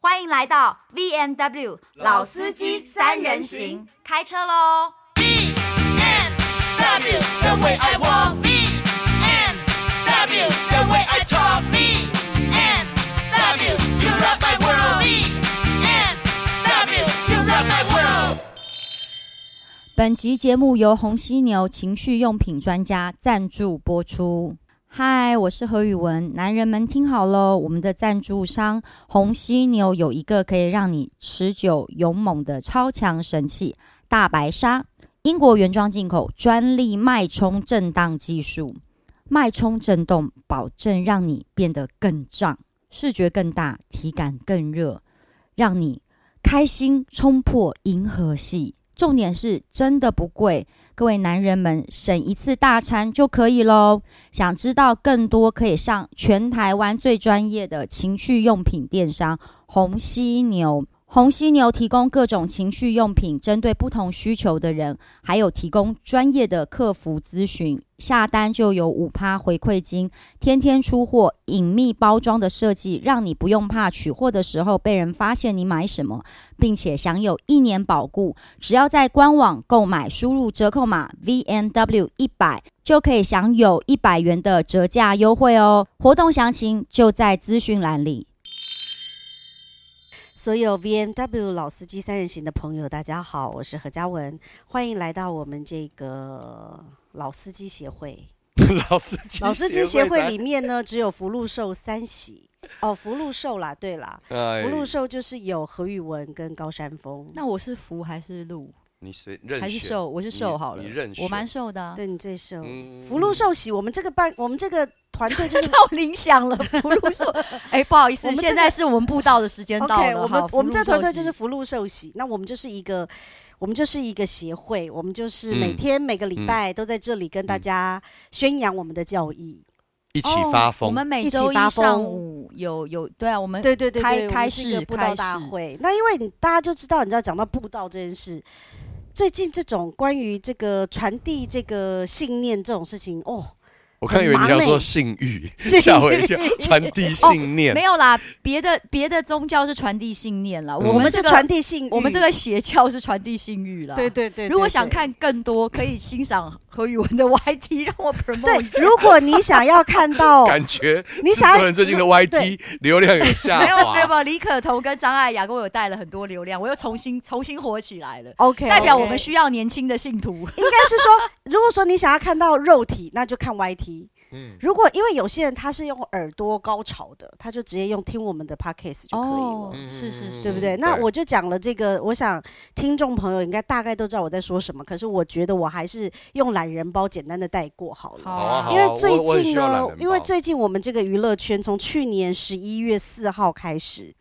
欢迎来到 V N W 老司机三人行，开车喽！ BMW, the way I walk. BMW, the way I talk. BMW, you rock my world. BMW, you rock my world. 本集节目由红犀牛情趣用品专家赞助播出。嗨，我是何宇文，男人们听好喽，我们的赞助商红犀牛有一个可以让你持久勇猛的超强神器——大白鲨，英国原装进口，专利脉冲震荡技术，脉冲震动保证让你变得更胀，视觉更大，体感更热，让你开心冲破银河系。重点是真的不贵，各位男人们省一次大餐就可以喽。想知道更多，可以上全台湾最专业的情趣用品电商红犀牛。红犀牛提供各种情趣用品，针对不同需求的人，还有提供专业的客服咨询。下单就有五趴回馈金，天天出货，隐秘包装的设计，让你不用怕取货的时候被人发现你买什么，并且享有一年保固。只要在官网购买，输入折扣码 V N W 一百，就可以享有一百元的折价优惠哦。活动详情就在资讯栏里。所有 V N W 老司机三人行的朋友，大家好，我是何嘉文，欢迎来到我们这个老司机协会。 老司机老司机协会才里，面呢，只有福禄寿三喜哦，福禄寿啦，对啦，哎福禄寿就是有何宇文跟高山峰。那我是福还是鹿你随任还是选瘦？我是你瘦好了，你任我蛮选瘦的、啊。 对你最瘦，嗯福禄寿喜，我们这个办，我们这个团队就是到铃响了，福禄寿。哎，不好意思我，们这个现在是我们布道的时间到 OK，了。我们好我们这个团队福就禄寿是福禄寿喜，那我们就是一个，我们就是一个协会，我们就是每嗯天每个礼嗯拜都在这里跟大嗯家宣扬我们的教义。一起哦发疯。我们每一起周一发上疯午有有对啊，我们对对对开对，我开们是一个市布开道大市会。那因为你大家就知道，你知道讲到布道这件事，最近这种关于这个传递这个信念这种事情，哦，我刚以为很你忙要欸哦说性欲， 性吓我一欲跳，传递信念没。有啦，别的别的宗教是传递信念嗯啦，我们这是个传递信我们欲这个邪教是传递性欲啦。嗯对对对，如果对想对看更多，可以欣赏何宇文的 YT，让我 promote 一下对，如果你想要看 到，感觉你制想作要人最近的如 YT 流量有下 没有 滑没有，没有，李可彤跟张艾雅给我有带了很多流量，我又重新 重新火起来了， OK，代表我 OK 们需要年轻的信徒。应该是说，如果说你想要看到肉体，那就看 YT。嗯如果因为有些人他是用耳朵高潮的，他就直接用听我们的 podcast 就可以了。哦是是是对不对？嗯那我就讲了这个，我想听众朋友应该大概都知道我在说什么。可是我觉得我还是用懒人包简单的带过好了。好好啊好啊因为我最我很近需要呢懒，人因为包最近我们这个娱乐圈从去年十一月四号开始，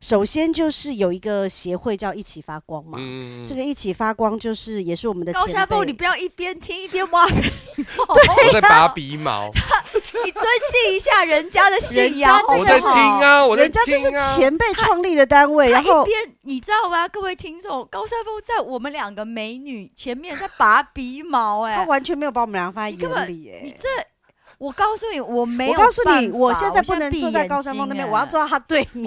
首先就是有一个协会叫一起发光嘛。嗯这个一起发光就是也是我们的高前山峰，辈你不要一边听一边挖鼻毛，我在拔鼻 毛， 你尊敬一下人家的信仰人家，这个我在是哦听啊，我在人家这是听啊。前辈创立的单位，他然后一边你知道吗？各位听众，高山峰在我们两个美女前面在拔鼻毛、他哎，完全没有把我们俩放在你根眼本里，哎你，这，我告诉你，我没有，我告诉你，我现在不能闭坐在高山峰那边，我要眼睛哎坐到他对面。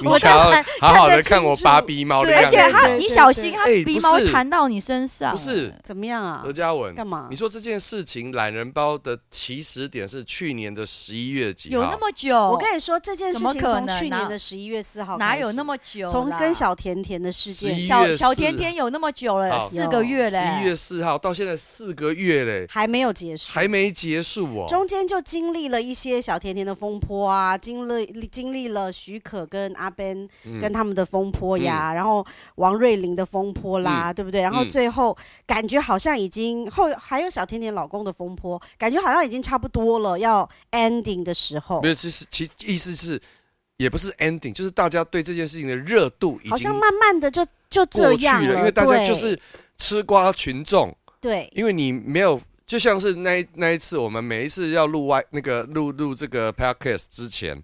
你我想刚要才好好的看得看清我楚拔鼻哦毛的对样而子且吗，他，对你小心，他对对鼻毛哎不会是弹到你身上。不是怎么样啊何？嘉文干嘛你说这件事情懒人包的起始点是去年的十一月几号？有那么久？我跟你说，这件哦事怎么情可从能去哪年的十一月四号哪开有始那么久啦？从跟小甜甜的事件11小月小四甜甜有那么久了，好四个月嘞。十一月四号到现在四个月嘞，还没有结束，还没结束哦。中间就经历了一些小甜甜的风波啊，经历经历了许可跟阿 Ben 嗯跟他们的风波呀，然后王瑞玲的风波啦，对不对？然后嗯最后感觉好像已经后还有小甜甜老公的风波，感觉好像已经差不多了，要 ending 的时候没，有，其实其意思是，也不是 ending，就是大家对这件事情的热度已好像经慢慢的就就这过去样因为大家对就是吃瓜群众，对因为你没有，就像是那一那一次我们每一次要录外那个录录这个 podcast 之前，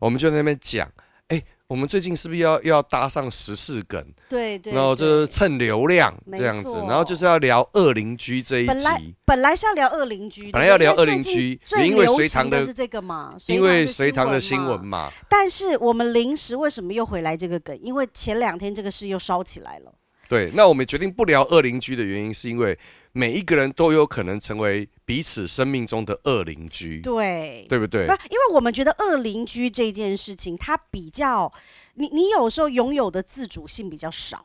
我们就在那边讲，哎、我们最近是不是要又要搭上时事梗？对对，然后就是对蹭流量没这样子错，然后就是要聊恶邻居这一本来集。本来是要聊恶邻居的，本来要聊恶邻因为最近居最因为流隋行唐的的是这个嘛，因为隋隋唐的新嘛闻嘛，但是我们临时为什么又回来这个梗？因为前两天这个事又烧起来了。对，那我们决定不聊恶邻居的原因，是因为每一个人都有可能成为彼此生命中的恶邻居，对，对不对不？，因为我们觉得恶邻居这件事情，它比较你你有时候拥有的自主性比较少。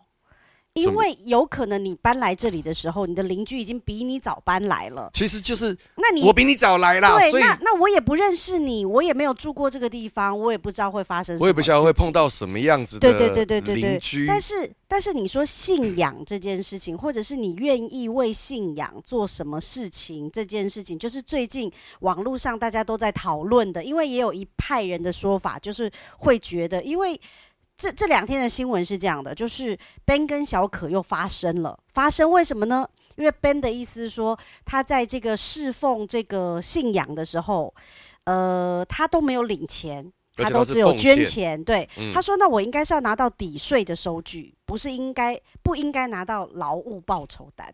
什因么为有可能你搬来这里的时候，你的邻居已经比你早搬来了，其实就是那你我比你早来啦，所对，以那那我也不认识你，我也没有住过这个地方，我也不知道会发生什么，我也不晓得会碰。到什么样子对对对的对对对邻居。但是，但是你说信仰这件事情，或者是你愿意为信仰做什么事情这件事情，就是最近网络上大家都在讨论的，因为也有一派人的说法，就是会觉得，因为这这两天的新闻是这样的，就是 Ben 跟小可又发生了，发生为什么呢？因为 Ben 的意思是说，他在这个侍奉这个信仰的时候，呃，他都没有领钱，而他且都他是只有奉捐献钱。对，嗯他说：“那我应该是要拿到抵税的收据，不是应该不应该拿到劳务报酬单？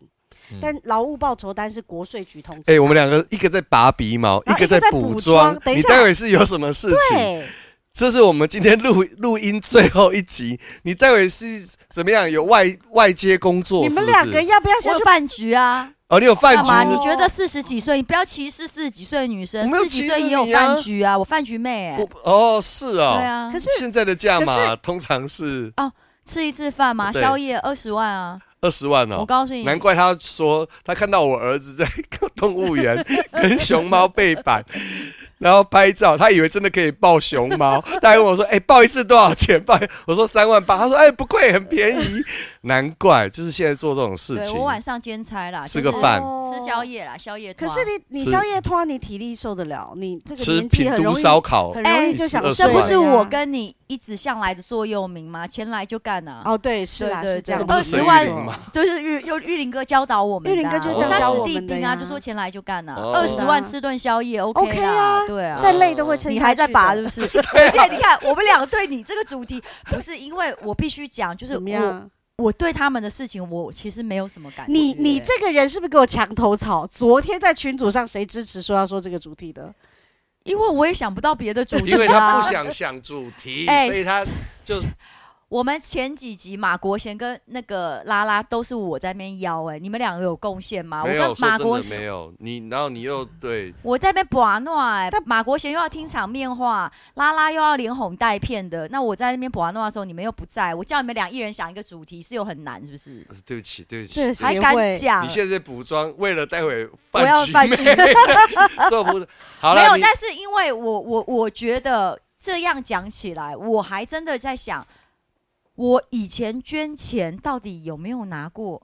嗯但劳务报酬单是国税局通知。哎、我们两个一个在拔鼻毛，然后个一个在补补妆等一你下待会是有什么事情？对，这哎是我们今天录录音最后一集，你待会是怎么样？有外外接工作你是不是？们两个要不要我先有去？饭局啊，哦，你有饭干局嘛？局你觉得四十几岁，你不要歧视四十几岁的女生，我没有四十几歧视岁也有你啊饭局啊，我饭局妹哎、我哦，是哦，对啊可，是现在的价可码通常是吃一次饭嘛，对宵夜二十万啊，二十万我哦。告诉你，难怪他说他看到我儿子在动物园 跟熊猫背板，然后拍照，他以为真的可以抱熊猫，他还问我说：“哎、抱一次多少钱？”抱一我说三万八，他说：“哎、不贵，很便宜。”难怪就是现在做这种事对情我，晚上兼差啦，吃就个是饭哦吃宵。夜啦，宵啊夜可团是你你吃宵夜拖，你体力受得了？你这个吃年纪品很都容易，烧烤，很容易哎就想一次睡这20了呀。不是我跟你一直向来的座右铭吗？前来就干啊！哦，对，是啦，对是对这样对不子。是20万神域林吗就是玉又玉林哥教导我们的啊，玉林哥就这样教我像子们弟的兵啊，呀就说前来就干啊，哦二十万吃顿宵夜 OK 啦，啊对啊。再累都会撑下去你的。还在拔是不 是？而且你看，我们俩对你这个主题，不是因为我必须讲，就是怎么我样？我对他们的事情，我其实没有什么感觉。你你这个人是不是给我墙头草？昨天在群组上谁支持说要说这个主题的？因为我也想不到别的主题、啊，因为他不想想主题，哎所以他就我们前几集马国贤跟那个拉拉都是我在那边邀、哎，你们两个有贡献啊吗？我没有跟说马真国的贤，没有你，然后你又对我在那边把诺、哎，马国贤又要听场面话，拉拉又要连哄带骗的，那我在那边把诺的时候，你们又不在，我叫你们俩一人想一个主题，是有很难是不是？对不起，对不起这，还协敢会讲你？现在补妆，为了待会我要饭局饭 妹局做 不好没了，有，你但是因为我我我觉得这样讲起来，我还真的在想，我以前捐钱到底有没有拿过？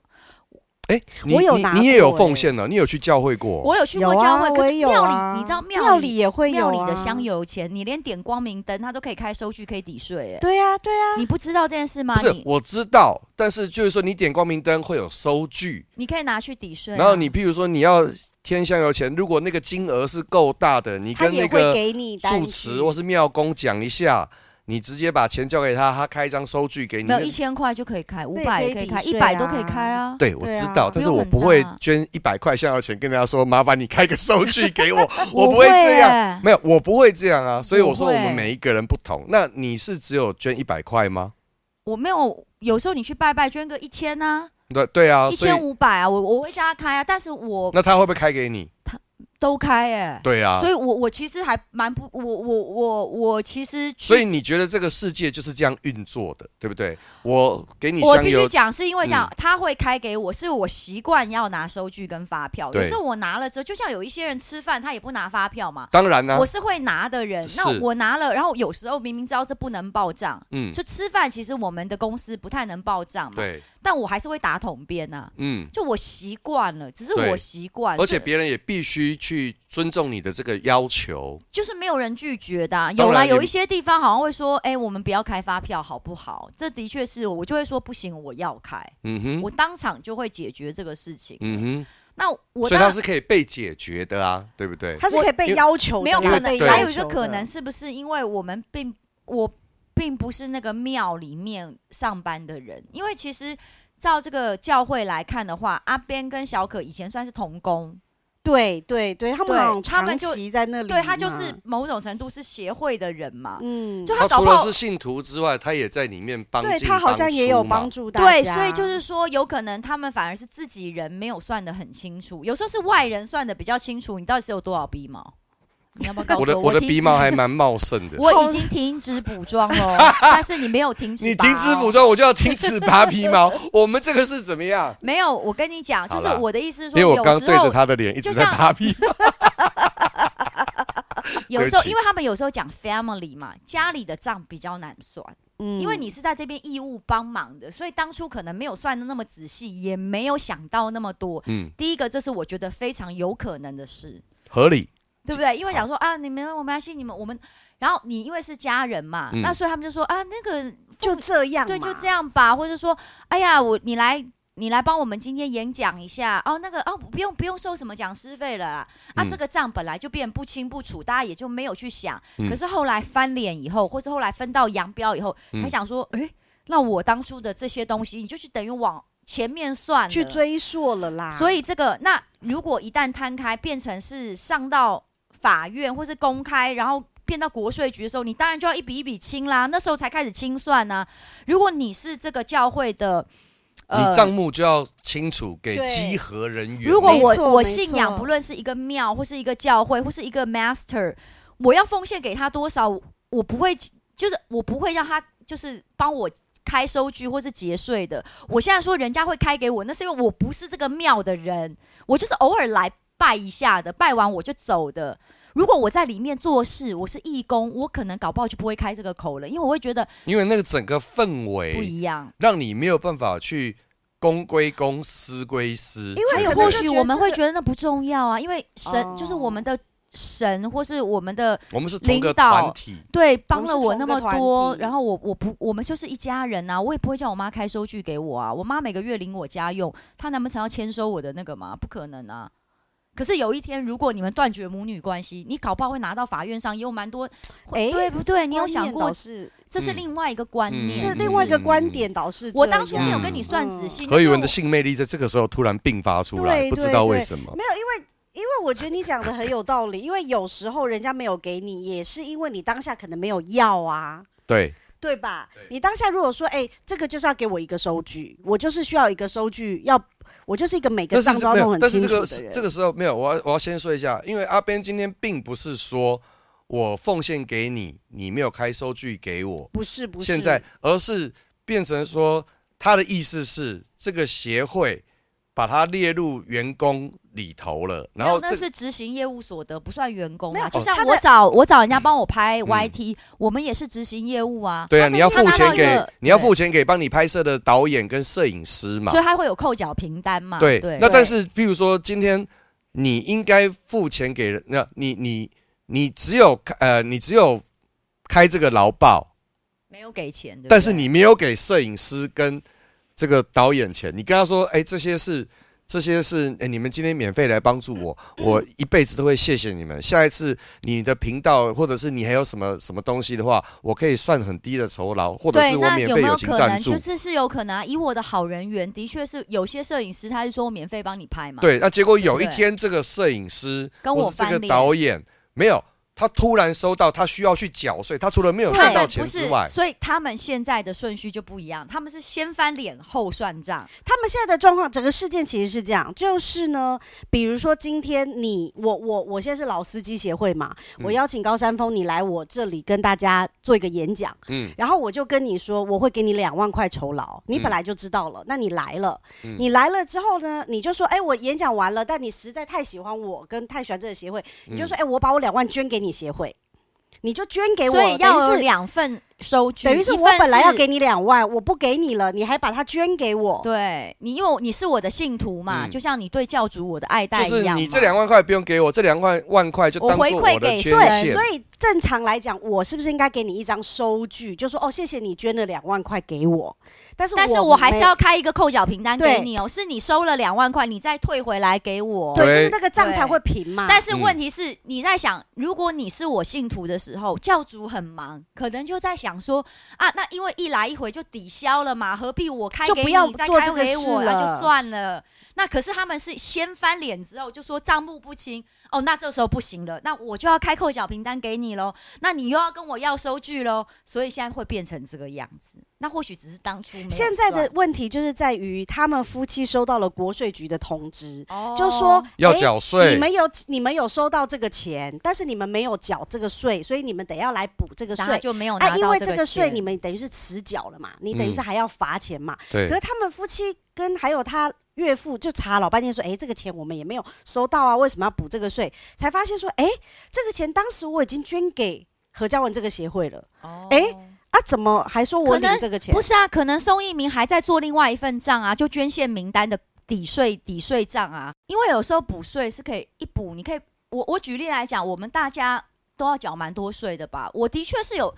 哎，你我有你拿你也过有哎奉献哦呢，你有去教会过？我有去有过啊，教会，可我是也有庙里、啊你知道庙里也会庙有、啊、里的香油钱，你连点光明灯，它都可以开收据，可以抵税、哎、对啊呀、对呀、你不知道这件事吗不？是，啊你我知道，但是就是说，你点光明灯会有收据，你可以拿去抵税啊、然后你譬如说你要添香油钱，如果那个金额是够大的，你他跟也那会个给你单住据持或是庙公讲一下，你直接把钱交给他，他开一张收据给你没有那一千块就可以开，五也百可以也可以抵开，一税百都啊可以开啊。对，我对知啊道，但是不用我很不会大捐一百块香油钱跟人家说，麻烦你开个收据给 我，我我不会这样，哎没有，我不会这样啊。所以我说不我会们每一个人不同。那你是只有捐一百块吗？我没有。有时候你去拜拜捐个一千啊，对对啊，一所以千五百啊，我我会叫他开啊，但是我那他会不会开给你？都开哎、对啊所，以我我其实还蛮不，我我我我其实去所以你觉得这个世界就是这样运作的，对不对？我给你我香必须油，嗯讲，是因为这样，他会开给我，是我习惯要拿收据跟发票。对有时候我拿了之后，就像有一些人吃饭，他也不拿发票嘛。当然啦、我是会拿的人，啊是那我拿了，然后有时候明明知道这不能报账，嗯，就吃饭，其实我们的公司不太能报账嘛，对，但我还是会打统编啊，嗯，就我习惯了，只是对我习惯，而且是别人也必须去尊重你的这个要求。就是没有人拒绝的啊、当有然啦，也有一些地方好像会说，哎，我们不要开发票好不好？这的确是我就会说不行，我要开，嗯哼，我当场就会解决这个事情。嗯那我哼，所以当它然是可以被解决的啊，对不对？他是可以被要求的，没有可能，对还有一个可能是是不是因为我们并我并不是那个庙里面上班的人，因为其实照这个教会来看的话，阿边跟小可以前算是同工，对对对，他们对好像他们长就期在那里嘛，对他就是某种程度是协会的人嘛，嗯，就他搞除不了好是信徒之外，他也在里面帮对进他好像也有帮帮出嘛。助大家，对，所以就是说，有可能他们反而是自己人没有算的很清楚，有时候是外人算的比较清楚。你到底是有多少鼻毛？你要不要告诉我的我我的停鼻止毛还蛮茂盛的。我已经停止补妆 喽，但是你没有停止、你停止补。妆，我就要停 止拔皮毛。我们这个是怎么样？没有，我跟你讲，就是好啦我的意思是因说，为我有刚时对着候他的脸一直在拔皮 毛。有时候，对不起因为他们有时候讲 family 嘛，家里的账比较难算，嗯因为你是在这边义务帮忙的，所以当初可能没有算的那么仔细，也没有想到那么多。嗯，第一个，这是我觉得非常有可能的事。合理。对不对？因为讲说啊，你们我们要信你们，我们，然后你因为是家人嘛，嗯那所以他们就说啊，那个就这样，对，就这。样吧，或者说，哎呀，我你来。你来帮我们今天演讲一下哦，那个哦，不用不用收什么讲师费了啦啊，嗯这个账本来就变不清不楚，大家也就没有去想。嗯可是后来翻脸以后，或是后来分道扬镳以后，嗯才想说，哎、那我当初的这些东西，你就是等于往前面算了去追溯了啦，所以这个，那如果一旦摊开变成是上到法院或是公开，然后变到国税局的时候，你当然就要一笔一笔清啦，那时候才开始清算呐、如果你是这个教会的，呃你账目就要清楚给稽核人员。如果没错我我没信仰错不论是一个庙或是一个教会或是一个 master，我要奉献给他多少，我不会就是我不会让他就是帮我。开收据或是结税的，我现在说人家会开给我，那是因为我不是这个庙的人，我就是偶尔来拜一下的，拜完我就走的。如果我在里面做事，我是义工，我可能搞不好就不会开这个口了，因为我会觉得因为那个整个氛不围，一样。让你没有办法去公归公，私归私。因为对不对可能或就许觉我得们这会个哦觉得那不重要啊，因为神、就是我们的神，或是我们的我们是同个领导团体，对，帮们了是我同那个么团多，体然后我我不我们就是一家人啊，我也不会叫我妈开收据给我啊，我妈每个月领我家用，她难不成要签收我的那个吗？不可能啊！可是有一天，如果你们断绝母女关系，你搞不好会拿到法院上，也有蛮多，哎对不对？你有观想念过倒，是这是嗯另外一个观念。这嗯另外一个观嗯点倒是我这当初没有样啊跟你嗯算仔细，何宇文的那时性魅力在这个时候突然迸发出来，对不知道对为对什么。没有，因为因为我觉得你讲的很有道理，因为有时候人家没有给你，也是因为你当下可能没有要啊。对，对吧？你当下如果说，哎、这个就是要给我一个收据，我就是需要一个收据，要我就是一个每但个是账这都要没有弄很但是这清楚个的人。这个时候没有，我要我要先说一下，因为阿边今天并不是说我奉献给你，你没有开收据给我，不是不是，现在，而是变成说他的意思是这个协会把它列入员工里头了，候然后那这是执行业务所得，不算员工没有啊。就哦像他我的找我找人家帮我拍 YT，我们也是执行业务啊。嗯对啊，他你要他付拿钱到一给个你要对付钱给帮你拍摄的导演跟摄影师嘛所，以他会有扣缴凭单嘛？对，啊对，那但是，譬如说，今天你应该付钱给人，那你你你只有开呃，你只有开这个劳保，没有给钱，对不但是对你没有给摄影师跟这个导演钱，你跟他说，哎、这些是。这些是哎，你们今天免费来帮助我， 我一辈子都会谢谢你们。下一次你的频道或者是你还有什么什么东西的话，我可以算很低的酬劳，或者对，是我那免有费没有情可赞能？助就。是是有可能、啊，以我的好人缘，的确是有些摄影师他是说我免费帮你拍嘛。，对，那结果有一对天，这个摄影师跟或我是这翻个脸导演没有，他突然收到他需要去缴税，他除了没有不赚然到不钱之是，外，所以他们现在的顺序就不一样，他们是先翻脸后算账。他们现在的状况，整个事件其实是这样，就是呢，比如说今天你我我我现在是老司机协会嘛，我邀请高山峰你来我这里跟大家做一个演讲，嗯然后我就跟你说我会给你两万块酬劳，你本来就知道了，那你来了，你来了之后呢，你就说，哎，我演讲完了，但你实在太喜欢我跟太喜欢这个协会，你就说，哎，我把我两万捐给你协会，你就捐哎给我，所以要有等于是两份收据，等于是一我份本来要是给。你两万，我不给你了，你还把它捐给我，对你，因为你是我的信徒嘛，嗯就像你对教主我的爱戴就一是样嘛。你这两万块不用给我，这两万万块就我当回做馈我的给捐神献所。以正常来讲，我是不是应该给你一张收据，就说哦，谢谢你捐了两万块给我？但是但是我我还是没要开一个扣缴凭单给对你哦，是你收了两万块，你再退回来给我。对，就对是那个账才对会平嘛。但是问题是，你在想，如果你是我信徒的时候，教主很忙，可能就在想说啊，那因为一来一回就抵消了嘛，何必我开就给不你，要你再做开这个给我，事那了就算了。那可是他们是先翻脸之后就说账目不清，哦，那这时候不行了，那我就要开扣缴凭单给你喽，那你又要跟我要收据喽，所以现在会变成这个样子。那或许只是当初没有现在的算。问题就是在于，他们夫妻收到了国税局的通知，哦就说要诶缴税你们有你们有收到这个钱，但是你们没有缴这个税，所以你们得要来补这个然后他税。就没有拿啊，到因为这个税钱你们等于是迟缴了嘛，你等于是嗯还要罚钱嘛。对可是他们夫妻跟还有他岳父就查老半天，说：“哎诶，这个钱我们也没有收到啊，为什么要补这个税？”才发现说：“诶，这个钱当时我已经捐给何嘉文这个协会了哦诶啊，怎么还说我可能领这个钱？”不是啊，可能宋一鸣还在做另外一份账啊，就捐献名单的抵税抵税账啊，因为有时候补税是可以一补，你可以我我举例来讲，我们大家都要缴蛮多税的吧？我的确是有。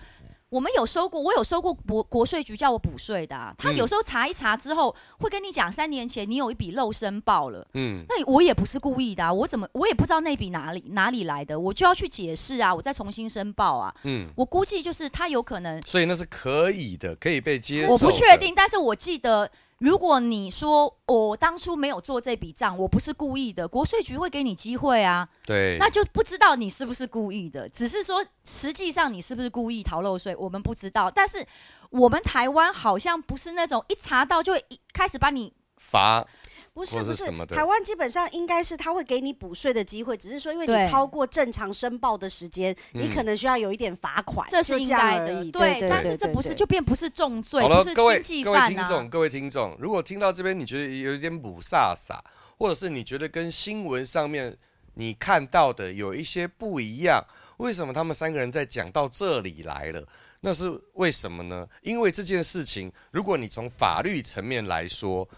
我们有收过，我有收过国国税局叫我补税的、啊，他嗯有时候查一查之后，会跟你讲三年前你有一笔漏申报了，嗯，那我也不是故意的、啊，我怎么我也不知道那笔哪里哪里来的，我就要去解释啊，我再重新申报啊，嗯，我估计就是他有可能所以那是可以的，可以被接受。我不确，定，但是我记得，如果你说我当初没有做这笔账，我不是故意的，国税局会给你机会啊，对，那就不知道你是不是故意的，只是说实际上你是不是故意逃漏税，我们不知道。但是我们台湾好像不是那种一查到就会一开始把你罚不或是是不是什么，的台湾基本上应该是他会给你补税的机会，只是说因为你对超过正常申报的时间，嗯你可能需要有一点罚款，这是就应样该而的，已对对，但是对这对不是对就变不是重罪，好了不，是各位经济各位犯听众，啊。各位听众，如果听到这边你觉得有一点补飒飒，或者是你觉得跟新闻上面你看到的有一些不一样，为什么他们三个人在讲到这里来了？那是为什么呢？因为这件事情，如果你从法律层面来说，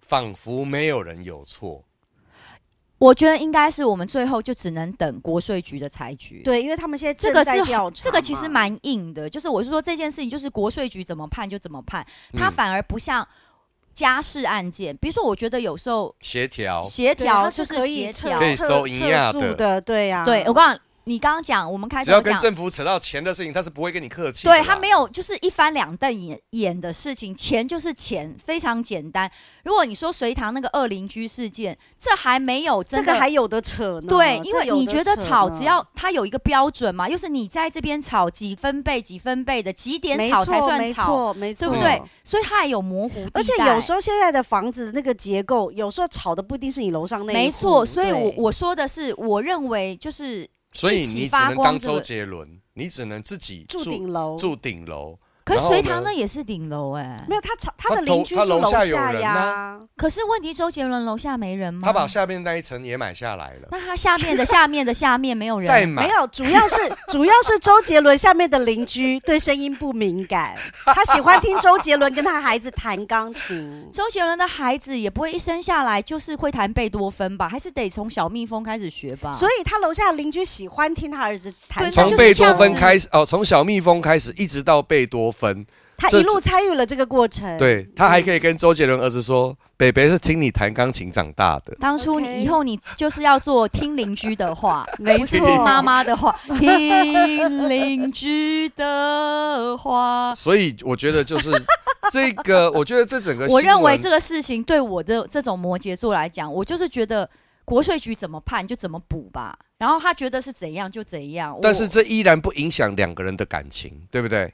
仿佛没有人有错。我觉得应该是我们最后就只能等国税局的裁决。对，因为他们现在这正个在是调查嘛，这个其实蛮硬的，就是我是说这件事情，就是国税局怎么判就怎么判，嗯它反而不像家事案件，比如说我觉得有时候协调，协对它调是就可以协测啊调可，以测收银亚测的速的，对呀，对我刚刚你刚刚讲，我们开只要头跟讲。政府扯到钱的事情，他是不会跟你客气的啦。对他没有，就是一翻两瞪眼眼的事情，钱就是钱，非常简单。如果你说隋唐那个二邻居事件，这还没有这真的个还有的扯呢，对，这因为有你得觉得扯吵，呢只要它有一个标准嘛，又是你在这边吵几分贝、几分贝的几点没吵才错算没吵，错没错，对不对？所以它也有模糊地带。嗯而且有时候现在的房子那个结构，有时候吵的不一定是你楼上那一没户错，所以我对我说的是，我认为就是，所以一起你只发能光当这个周杰伦，你只能自己住顶楼住顶楼。可是然后隋呢唐那也是顶楼哎、没有他吵他的他头邻居他住楼下有下人呀，可是问题周杰伦楼下没人吗？他把下面那一层也买下来了，那他下面 的下面的下面没有再人，买没有，主要是主要是周杰伦下面的邻居对声音不敏感，他喜欢听周杰伦跟他孩子弹 钢琴。周杰伦的孩子也不会一生下来就是会弹贝多芬吧，还是得从小蜜蜂开始学吧。所以他楼下的邻居喜欢听他儿子弹对钢从琴，贝多那就是这芬样子开始哦，从小蜜蜂开始，一直到贝多芬，他一路参与了这个过程。，对他还可以跟周杰伦儿子说：“北北是听你弹钢琴长大的。当初 OK 你以后你就是要做听邻居的 话，没不是错听妈妈的话，听邻居的”话。所以我觉得 就是这个，我觉得这整个我新闻认为这个事情对我的这种摩羯座来讲，我就是觉得国税局怎么判就怎么补吧，然后他觉得是怎样就怎样。我但是这依然不影响两个人的感情，对不对？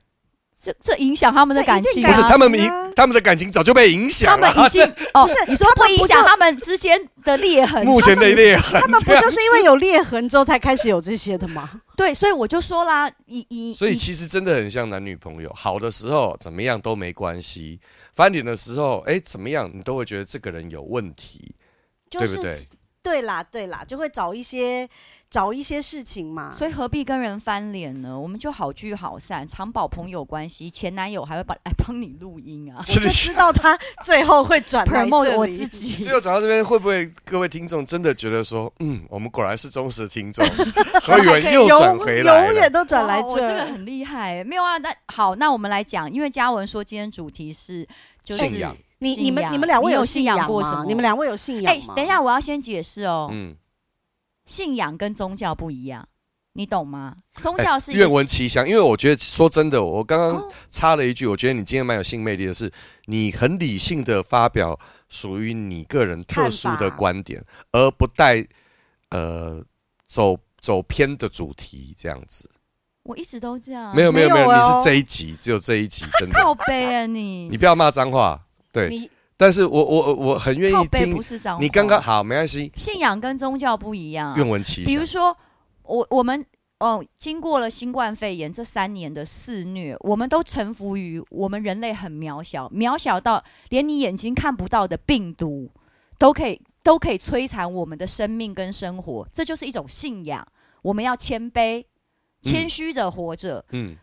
这这影响他们的这一感定情、对啊，不感是他们情影啊他们的感情早就被影他响们了，已经这哦，是你说不影响他们不就他们之间的裂痕，目前的裂痕他们这不样就是因为有裂痕之后才开始有这些的吗？对，所以我就说啦，以以所以以其实真的很像男女朋友，好的时候怎么样都没关系，翻脸的时候，哎，怎么样你都会觉得这个人有问题， 就对不 是对？对啦对啦，就会找一些找一些事情嘛。所以何必跟人翻脸呢？我们就好聚好散，常保朋友关系。前男友还会帮来帮你录音啊我就知道他最后会转来，promote 这我自里。己 最。后讲到这边，会不会各位听众真的觉得说，嗯，我们果然是忠实听 众，何宇文哦又永转回来了永远。都转来哇哦我这这个儿。很厉害。没有啊，那好，那我们来讲，因为嘉文说今天主题是就是信仰。你信你们仰你们两位你有有信信仰仰过吗什么你们两位有信仰哎、吗？等一下，我要先解释哦。嗯，信仰跟宗教不一样，你懂吗？宗教是一个愿闻其哎详，因为我觉得说真的，我刚刚哦插了一句，我觉得你今天蛮有性魅力的是，你很理性的发表属于你个人特殊的观点，而不带呃走走偏的主题这样子。我一直都这样啊。没有没有没没有有，哦你是这一集只有这一集，真的，靠背啊 你，你不要骂脏话。对，你但是我我我我很愿靠意背听不是脏话。你刚刚好，没关系，信仰跟宗教不一样啊、愿闻其比如详。说，我我们哦，经过了新冠肺炎这三年的肆虐，我们都臣服于我们人类很渺小，渺小到连你眼睛看不到的病毒都可以都可以摧残我们的生命跟生活，这就是一种信仰。我们要谦卑。谦虚着活着，嗯，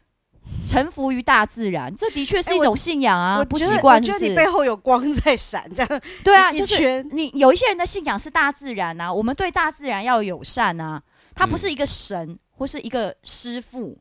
臣服于大自然，这的确是哎一我种信仰啊！我不觉得习惯是我不觉得你是？背后有光在闪，这样 对啊，一就一是圈你有一些人的信仰是大自然啊，我们对大自然要友善啊，它不嗯是一个神或是一个师傅。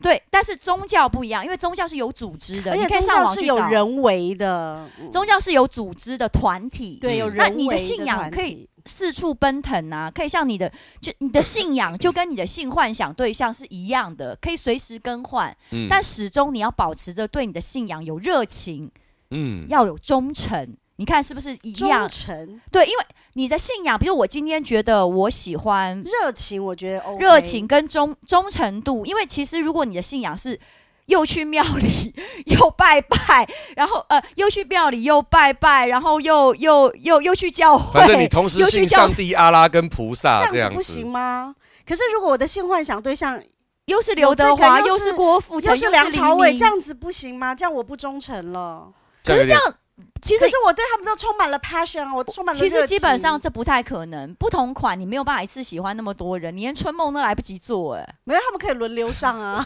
对，但是宗教不一样，因为宗教是有组织的，而你且可以宗上教网是去有找。人为的，嗯宗教是有组织的团体，对有嗯那人你的为信的仰团可以体四处奔腾啊，可以像你的就你的信仰就跟你的性幻想对象是一样的，可以随时更换，嗯但始终你要保持着对你的信仰有热情，嗯要有忠诚。你看是不是一样忠？诚、对，因为你的信仰，比如我今天觉得我喜欢热情，我觉得 OK 热情跟忠忠诚度，因为其实如果你的信仰是又去庙里 又拜拜，然后呃又去庙里又拜拜，然后又又又又去教会，反正你同时又去信教上帝、阿拉跟菩萨这样子不行吗？可是如果我的性幻想对象又是刘有德这个华，又又是是郭富城，要是梁黎朝伟，明这样子不行吗？这样我不忠诚了。可样有是这点样，其实可是我对他们都充满了 passion 啊，我充满了其实热基本情上这不太可能，不同款你没有办法一次喜欢那么多人，你连春梦都来不及做、 没有，他们可以轮流 上啊。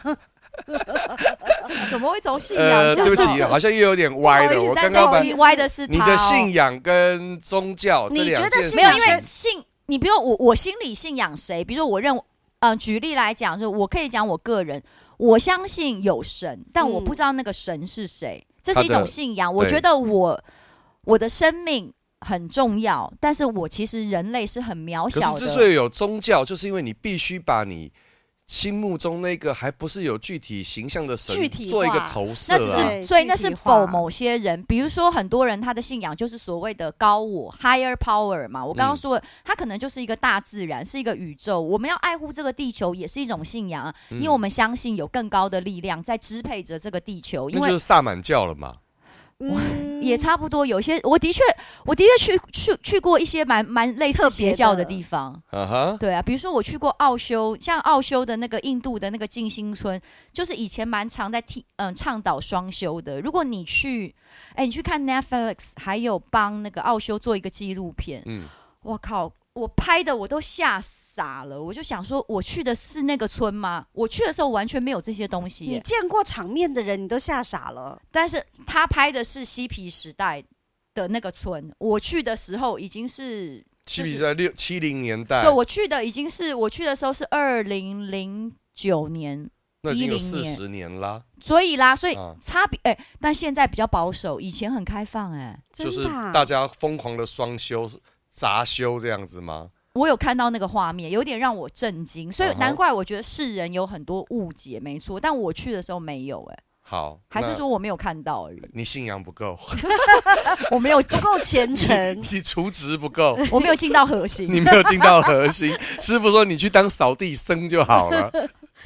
哎，怎么会从信仰呃，讲到？对不起，好像又有点歪了。我刚三刚不好把意中歪的是他、哦、你的信仰跟宗教这你两觉件得事，信没有，仰因为信你，比如我，我心里信仰谁？比如我认，嗯、举例来讲，就我可以讲我个人，我相信有神，但我嗯不知道那个神是谁，这他是的一种信仰。我对觉得我我的生命很重要，但是我其实人类是很渺可小是的。之所以有宗教，就是因为你必须把你心目中那个还不是有具体形象的神具体化做一个投射那只啊。对是，所以那具是体化否某些人，比如说很多人他的信仰就是所谓的高我 （higher power） 嘛。我刚嗯刚说的，他可能就是一个大自然，是一个宇宙。我们要爱护这个地球，也是一种信仰啊，因为我们相信有更高的力量在支配着这个地球。因那就为是萨满教了嘛，嗯，也差不多，有些我的确，我的确去去去过一些蛮蛮类特似别邪教的的地方。啊哈，对啊，比如说我去过奥修，像奥修的那个印度的那个静心村，就是以前蛮常在替嗯倡导双修的。如果你去，哎，你去看 Netflix，还有帮那个奥修做一个纪录片，嗯，我靠，我拍的我都吓傻了。我就想说，我去的是那个村吗？我去的时候完全没有这些东西你耶，见过场面的人，你都吓傻了。但是他拍的是嬉皮时代的那个村，我去的时候已经是七就是比在六七零年代对，我去的已经是我去的时候是二零零九年，那已经有10四年十年啦，所以啦，所以啊，差别哎、但现在比较保守，以前很开放哎、就真是的啊、大家疯狂的双修、杂修这样子吗？我有看到那个画面，有点让我震惊，所以啊哈难怪我觉得世人有很多误解，没错。但我去的时候没有哎、好，还是那说我没有看到而已，你信仰不够，。我没有不够虔诚 你除职不够，我没有进到核心。 你没有进到核心。 师傅说你去当扫地僧就好了。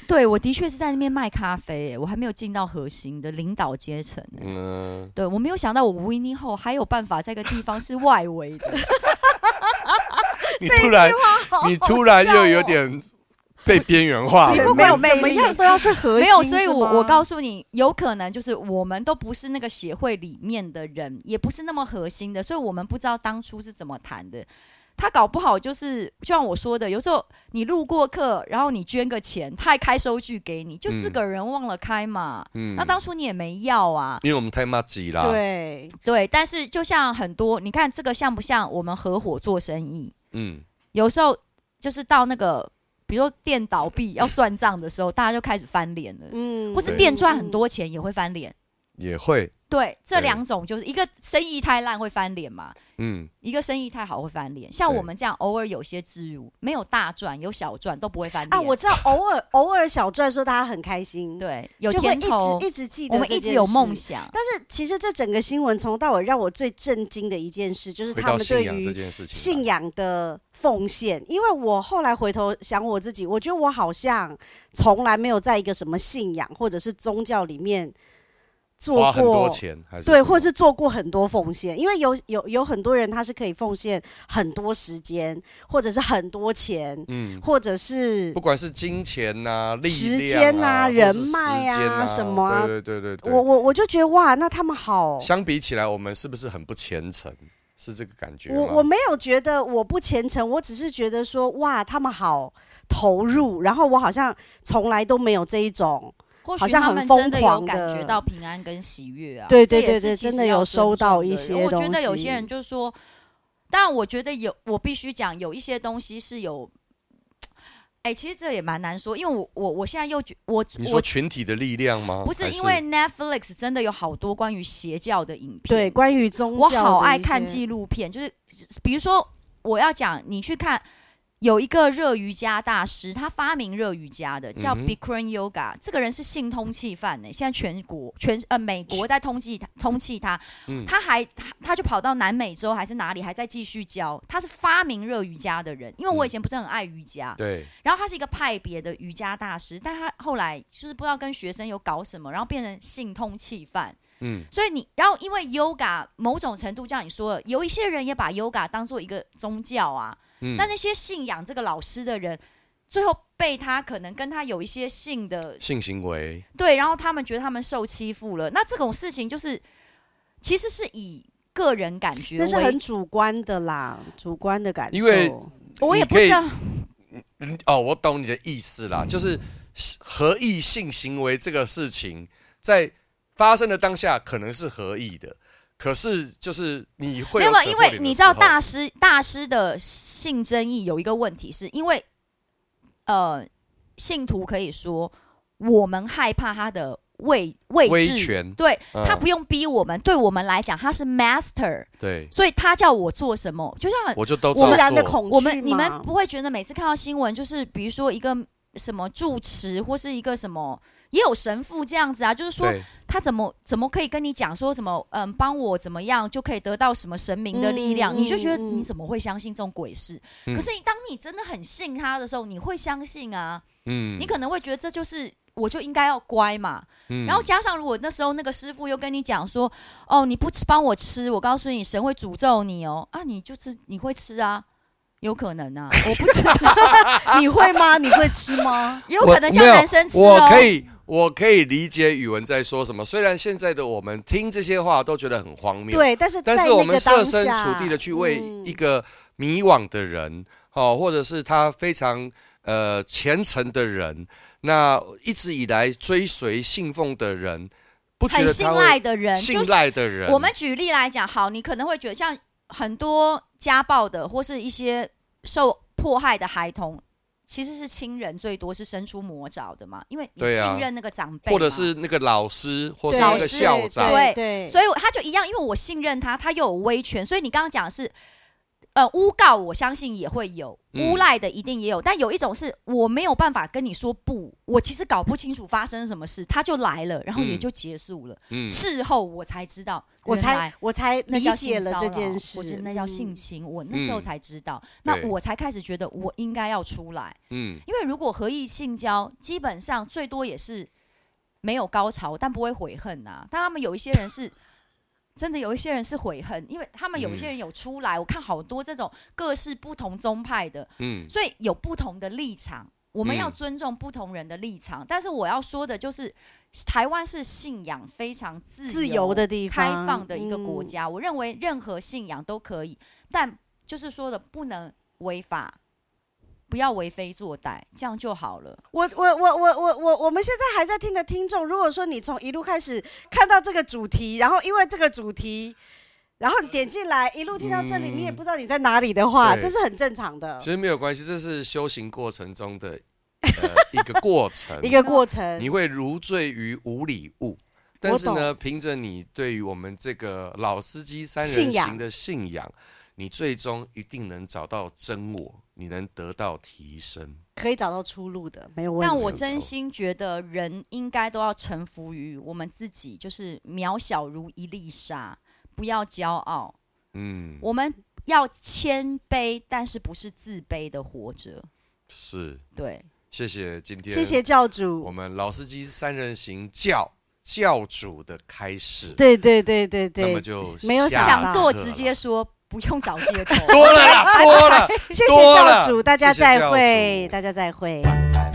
对我的确是在那边卖咖啡、哎我还没有进到核心的领导阶层、哎嗯，对我没有想到我无音以后还有办法在一个地方是外围的。你突然好你突然好笑又哦有点被边缘化了。嗯 你不没有管魅怎么力样都要是核心，没有，所以我我告诉诉你，有可能就是我们都不是那个协会里面的人，也不是那么核心的，所以我们不知道当初是怎么谈的。他搞不好就是就像我说的，有时候你路过客，然后你捐个钱，他还开收据给你，就嗯自个人忘了开嘛。嗯那当初你也没要啊，因为我们太骂急啦，，对，对。但是就像很多，你看这个像不像我们合伙做生意？嗯，有时候就是到那个，比如说店倒闭要算账的时候，大家就开始翻脸了。嗯或是店赚很，多钱也会翻脸。也会，对，这对两种就是一个生意太烂会翻脸嘛，嗯，一个生意太好会翻脸。像对我们这样偶尔有些自如，没有大赚有小赚都不会翻脸。啊，我知道，偶尔偶尔小赚，说大家很开心，，对有就会甜一头直，一直记得，我们一直有梦。想。但是其实这整个新闻从头到尾让我最震惊的一件事，就是回他到们信对仰这于件事情吧，信仰的奉献。因为我后来回头想我自己，我觉得我好像从来没有在一个什么信仰或者是宗教里面做花很多过。钱还是对，什么或是做过很多奉献，因为有有有很多人他是可以奉献很多时间，或者是很多钱，嗯，或者是不管是金钱呐、力时量间啊啊、或是人脉啊时间啊什么啊对对对对我对。我我就觉得哇，那他们好，相比起来，我们是不是很不虔诚？是这个感觉吗？我我没有觉得我不虔诚，我只是觉得说哇，他们好投入，然后我好像从来都没有这一种，或许好像他很们疯真的有狂感觉的到平安跟喜悦啊。对这对也对是对其实真的要有收尊重到的一人些我觉东得有西些人就说，但我觉得有，我必须讲，有一些东西是有。哎、其实这也蛮难说，因为我我我现在又觉我你我说群体的力量哦吗？不是还因为 Netflix 真的有好多关于邪教的影片，对，关于宗我教好的爱一看些纪录片，就是比如说我要讲，你去看有一个热瑜伽大师，他发明热瑜伽的叫嗯哼 Bikram Yoga，、这个人是性通气犯呢、现在全国全呃美国在通缉他通缉 他，嗯他还他他就跑到南美洲还是哪里还在继续教，他是发明热瑜伽的人，因为我以嗯前不是很爱瑜伽，对然后他是一个派别的瑜伽大师，但他后来就是不知道跟学生有搞什么，然后变成性通气犯。嗯，所以你，然后因为 yoga 某种程度，就像你说的，有一些人也把 yoga 当做一个宗教啊。嗯那那些信仰这个老师的人，最后被他可能跟他有一些性的性行为，对，然后他们觉得他们受欺负了。那这种事情就是，其实是以个人感觉那是为很主观的啦，主观的感受。因为我也你不可以知道，嗯哦，我懂你的意思啦，就是合意性行为这个事情，在发生的当下可能是合意的，可是就是你会没有有没有，因为你知道大扯师大师的性争议有一个问题，是因为呃，信徒可以说我们害怕他的位位破脸的时候置威权，对嗯他不用逼我们，对我们来讲他是 master，对，所以他叫我做什么，就像我就都自照然的做恐惧我们你们嘛不会觉得每次看到新闻就是比如说一个什么住持或是一个什么。也有神父这样子啊，就是说对他怎么怎么可以跟你讲说什么嗯，帮我怎么样就可以得到什么神明的力量？嗯你就觉得嗯嗯你怎么会相信这种鬼事？嗯可是当你真的很信他的时候，你会相信啊，嗯你可能会觉得这就是。我就应该要乖嘛，嗯然后加上如果那时候那个师傅又跟你讲说，哦，你不吃帮我吃，我告诉你神会诅咒你哦，啊，你就是你会吃啊，有可能啊，我不知道， 你会吗？你会吃吗？也有可能叫没有男生吃哦我，可以，我可以理解宇文在说什么。虽然现在的我们听这些话都觉得很荒谬，对，但是但在是我那们个设当身处下地的去为一嗯个迷惘的人，哦，或者是他非常呃虔诚的人，那一直以来追随信奉的人，不觉很得信他赖会的人，就信赖的人，我们举例来讲，好，你可能会觉得像很多家暴的或是一些受迫害的孩童，其实是亲人最多是伸出魔爪的嘛，因为你对信啊任那个长辈或嘛，者是那个老师，或是对那老个师校长，对对对，所以他就一样，因为我信任他，他又有威权，所以你刚刚讲的是。呃，诬告我相信也会有，嗯诬赖的一定也有，但有一种是我没有办法跟你说不，我其实搞不清楚发生什么事，他就来了，然后也嗯就结束了。嗯，事后我才知道，我原来才我才那理叫解性了骚这扰件事，我觉得那叫性嗯侵。我那时嗯候才知道，那对我才开始觉得我应该要出来，嗯，因为如果合意性交，基本上最多也是没有高潮，但不会悔恨呐、但他们有一些人是。真的有一些人是悔恨，因为他们有嗯一些人有出来，我看好多这种各式不同宗派的，嗯，所以有不同的立场，我们嗯要尊重不同人的立场。但是我要说的就是，台湾是信仰非常自自由的地方，开放的一个国嗯。家，我认为任何信仰都可以，但就是说的不能违法，不要为非作歹，这样就好了。我我我我我我我们现在还在听的听众，如果说你从一路开始看到这个主题，然后因为这个主题，然后你点进来一路听到这里，嗯你也不知道你在哪里的话，对这是很正常的其实没有关系，这是修行过程中的呃一个过 程，一个过程。你会如醉于无礼物。但是呢，凭着你对于我们这个老司机三人信仰行的信仰，你最终一定能找到真我，你能得到提升。可以找到出路的，没有问题。但我是真错心觉得人应该都要臣服于我们自己，就是渺小如一粒沙，不要骄傲。嗯，我们要谦卑，但是不是自卑的活着。是，对，谢谢今天，谢谢教我主，们老司机三人行教教主的开始。对对对对对，那么就没有下想想到做课直了接说，不用 找借口。多了啦，多了，谢谢多教了主，大家谢谢教再会，主大家再会。 晚安。